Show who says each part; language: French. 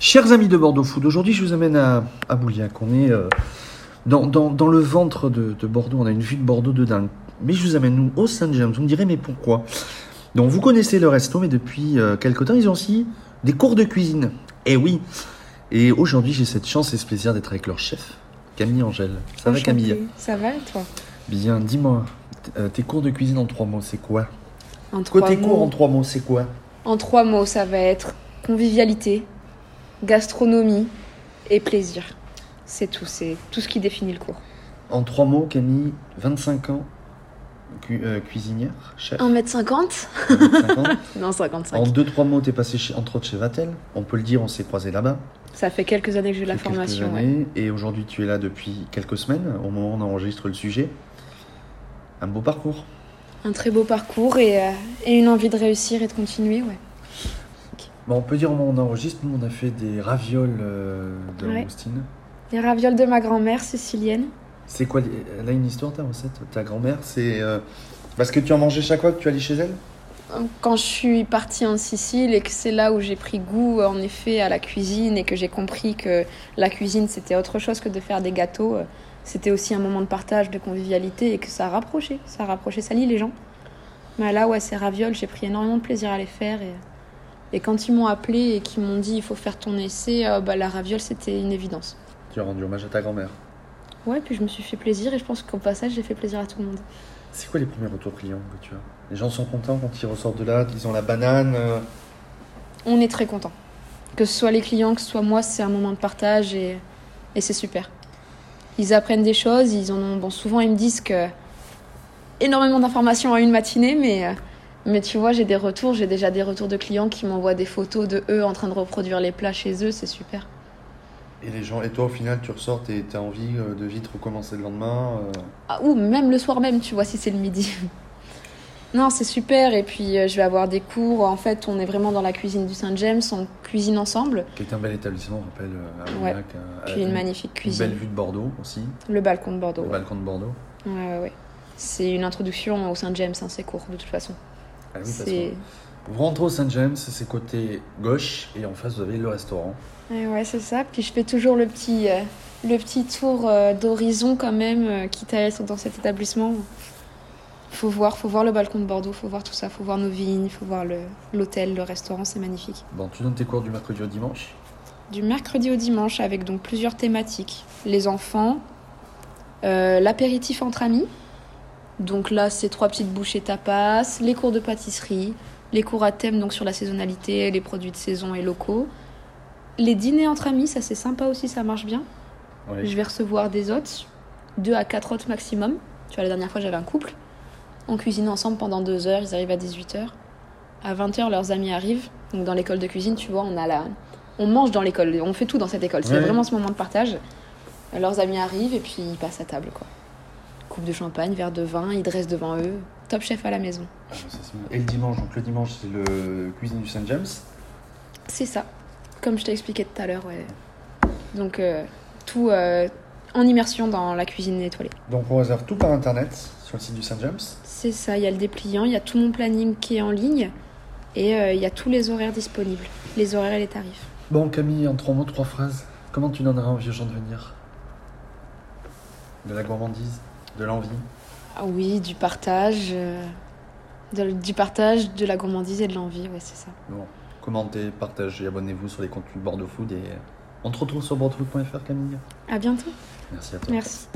Speaker 1: Chers amis de Bordeaux Food, aujourd'hui je vous amène à, à Bouliac. On est euh, dans, dans- dans le ventre de, de Bordeaux, on a une vue de Bordeaux de dingue. Mais je vous amène nous, au Saint-James, vous me direz mais pourquoi Donc vous connaissez le resto, mais depuis euh, quelque temps ils ont aussi des cours de cuisine. Eh oui Et aujourd'hui j'ai cette chance et ce plaisir d'être avec leur chef, Camille Angèle. Ça va
Speaker 2: Enchantée.
Speaker 1: Camille
Speaker 2: Ça va et toi
Speaker 1: Bien, dis-moi, t- euh, tes cours de cuisine en trois mots, c'est quoi
Speaker 2: en trois,
Speaker 1: Côté cours en
Speaker 2: mots,
Speaker 1: trois mots, c'est quoi
Speaker 2: en... trois mots, ça va être convivialité, gastronomie et plaisir. C'est tout, c'est tout ce qui définit le cours.
Speaker 1: En trois mots, Camille, 25 ans, cu- euh, cuisinière, chef.
Speaker 2: 1m50
Speaker 1: 25 ans.
Speaker 2: Non,
Speaker 1: En
Speaker 2: 55.
Speaker 1: deux, trois mots, t'es passé chez, entre autres chez Vatel. On peut le dire, on s'est croisés là-bas.
Speaker 2: Ça fait quelques années que j'ai de la
Speaker 1: il y a quelques
Speaker 2: formation. ouais.
Speaker 1: années. Et aujourd'hui, tu es là depuis quelques semaines, au moment où on enregistre le sujet. Un beau parcours.
Speaker 2: Un très beau parcours et, euh, et une envie de réussir et de continuer, ouais.
Speaker 1: Bon, on peut dire au moment où on enregistre, nous, on a fait des ravioles euh, de
Speaker 2: Ouais.
Speaker 1: langoustine.
Speaker 2: Les ravioles de ma grand-mère sicilienne.
Speaker 1: C'est quoi les- Elle a une histoire, ta recette Ta grand-mère, c'est. euh, parce que tu en mangeais chaque fois que tu allais chez elle
Speaker 2: Quand je suis partie en Sicile et que c'est là où j'ai pris goût en effet à la cuisine et que j'ai compris que la cuisine c'était autre chose que de faire des gâteaux, euh, c'était aussi un moment de partage, de convivialité et que ça rapprochait, ça rapprochait, ça lie les gens. Mais là ouais, ces ravioles, j'ai pris énormément de plaisir à les faire et, et quand ils m'ont appelé et qu'ils m'ont dit il faut faire ton essai, euh, bah, la raviole c'était une évidence.
Speaker 1: Tu as rendu hommage à ta grand-mère.
Speaker 2: Ouais, puis je me suis fait plaisir et je pense qu'au passage j'ai fait plaisir à tout le monde.
Speaker 1: C'est quoi les premiers retours clients que tu as Les gens sont contents quand ils ressortent de là, qu'ils ont la banane. euh,
Speaker 2: on est très content. Que ce soit les clients, que ce soit moi, c'est un moment de partage et, et c'est super. Ils apprennent des choses, ils en ont. Bon, souvent ils me disent que énormément d'informations à une matinée, mais, euh, mais tu vois, j'ai des retours, j'ai déjà des retours de clients qui m'envoient des photos de eux en train de reproduire les plats chez eux, c'est super.
Speaker 1: Et les gens, et toi au final, tu ressors et t'as envie euh, de vite recommencer le lendemain. euh.
Speaker 2: Ah, ou même le soir même, tu vois, si c'est le midi. Non, c'est super. Et puis, euh, je vais avoir des cours. En fait, on est vraiment dans la cuisine du Saint-James. On cuisine ensemble.
Speaker 1: Qui est un bel établissement, on rappelle, euh, à
Speaker 2: Ouais.
Speaker 1: Aurillac, euh,
Speaker 2: Puis,
Speaker 1: avec
Speaker 2: une magnifique
Speaker 1: une belle
Speaker 2: cuisine.
Speaker 1: vue de Bordeaux aussi,
Speaker 2: Le balcon de Bordeaux.
Speaker 1: le
Speaker 2: ouais.
Speaker 1: balcon de Bordeaux.
Speaker 2: Ouais, ouais, ouais. C'est une introduction au Saint-James, hein, c'est court de toute façon.
Speaker 1: Ah oui, parce
Speaker 2: c'est
Speaker 1: que vous rentrez au Saint-James, c'est côté gauche, et en face vous avez le restaurant.
Speaker 2: ouais, ouais, c'est ça. Puis je fais toujours le petit, euh, le petit tour euh, d'horizon quand même, euh, quitte à être dans cet établissement. Faut voir, faut voir le balcon de Bordeaux, faut voir tout ça, faut voir nos vignes, faut voir le- l'hôtel, le restaurant, c'est magnifique.
Speaker 1: Bon, tu donnes tes cours du mercredi au dimanche.
Speaker 2: Du mercredi au dimanche avec donc plusieurs thématiques. Les enfants, euh, l'apéritif entre amis. Donc là, c'est trois petites bouchées tapas, les cours de pâtisserie, les cours à thème donc sur la saisonnalité, les produits de saison et locaux. Les dîners entre amis, ça c'est sympa aussi, ça marche bien.
Speaker 1: Ouais.
Speaker 2: Je vais recevoir des hôtes, deux à quatre hôtes maximum. Tu vois, la dernière fois, j'avais un couple. On cuisine ensemble pendant deux heures, ils arrivent à 18h. À 20h, leurs amis arrivent. Donc, dans l'école de cuisine, tu vois, on a la... On mange dans l'école, on fait tout dans cette école. C'est
Speaker 1: Ouais.
Speaker 2: vraiment ce moment de partage. Leurs amis arrivent et puis ils passent à table, quoi. Coupe de champagne, verre de vin, ils dressent devant eux. Top chef à la maison.
Speaker 1: Ah, ça, c'est bien. Et le dimanche, donc le dimanche c'est le cuisine du Saint-James.
Speaker 2: C'est ça. Comme je t'ai expliqué tout à l'heure, ouais. Donc, euh, tout euh, en immersion dans la cuisine étoilée.
Speaker 1: Donc on réserve tout par internet sur le site du Saint-James.
Speaker 2: C'est ça, il y a le dépliant, il y a tout mon planning qui est en ligne et euh, il y a tous les horaires disponibles, les horaires et les tarifs.
Speaker 1: Bon Camille, en trois mots, trois phrases, comment tu donneras envie aux gens de venir De la gourmandise De l'envie
Speaker 2: Ah oui, du partage, euh, de- du partage, de la gourmandise et de l'envie, ouais, c'est ça.
Speaker 1: Bon, commentez, partagez, abonnez-vous sur les euh, contenus de Bordeaux Food et on te retrouve sur bordeauxfood.fr Camille.
Speaker 2: À bientôt.
Speaker 1: Merci à toi.
Speaker 2: Merci.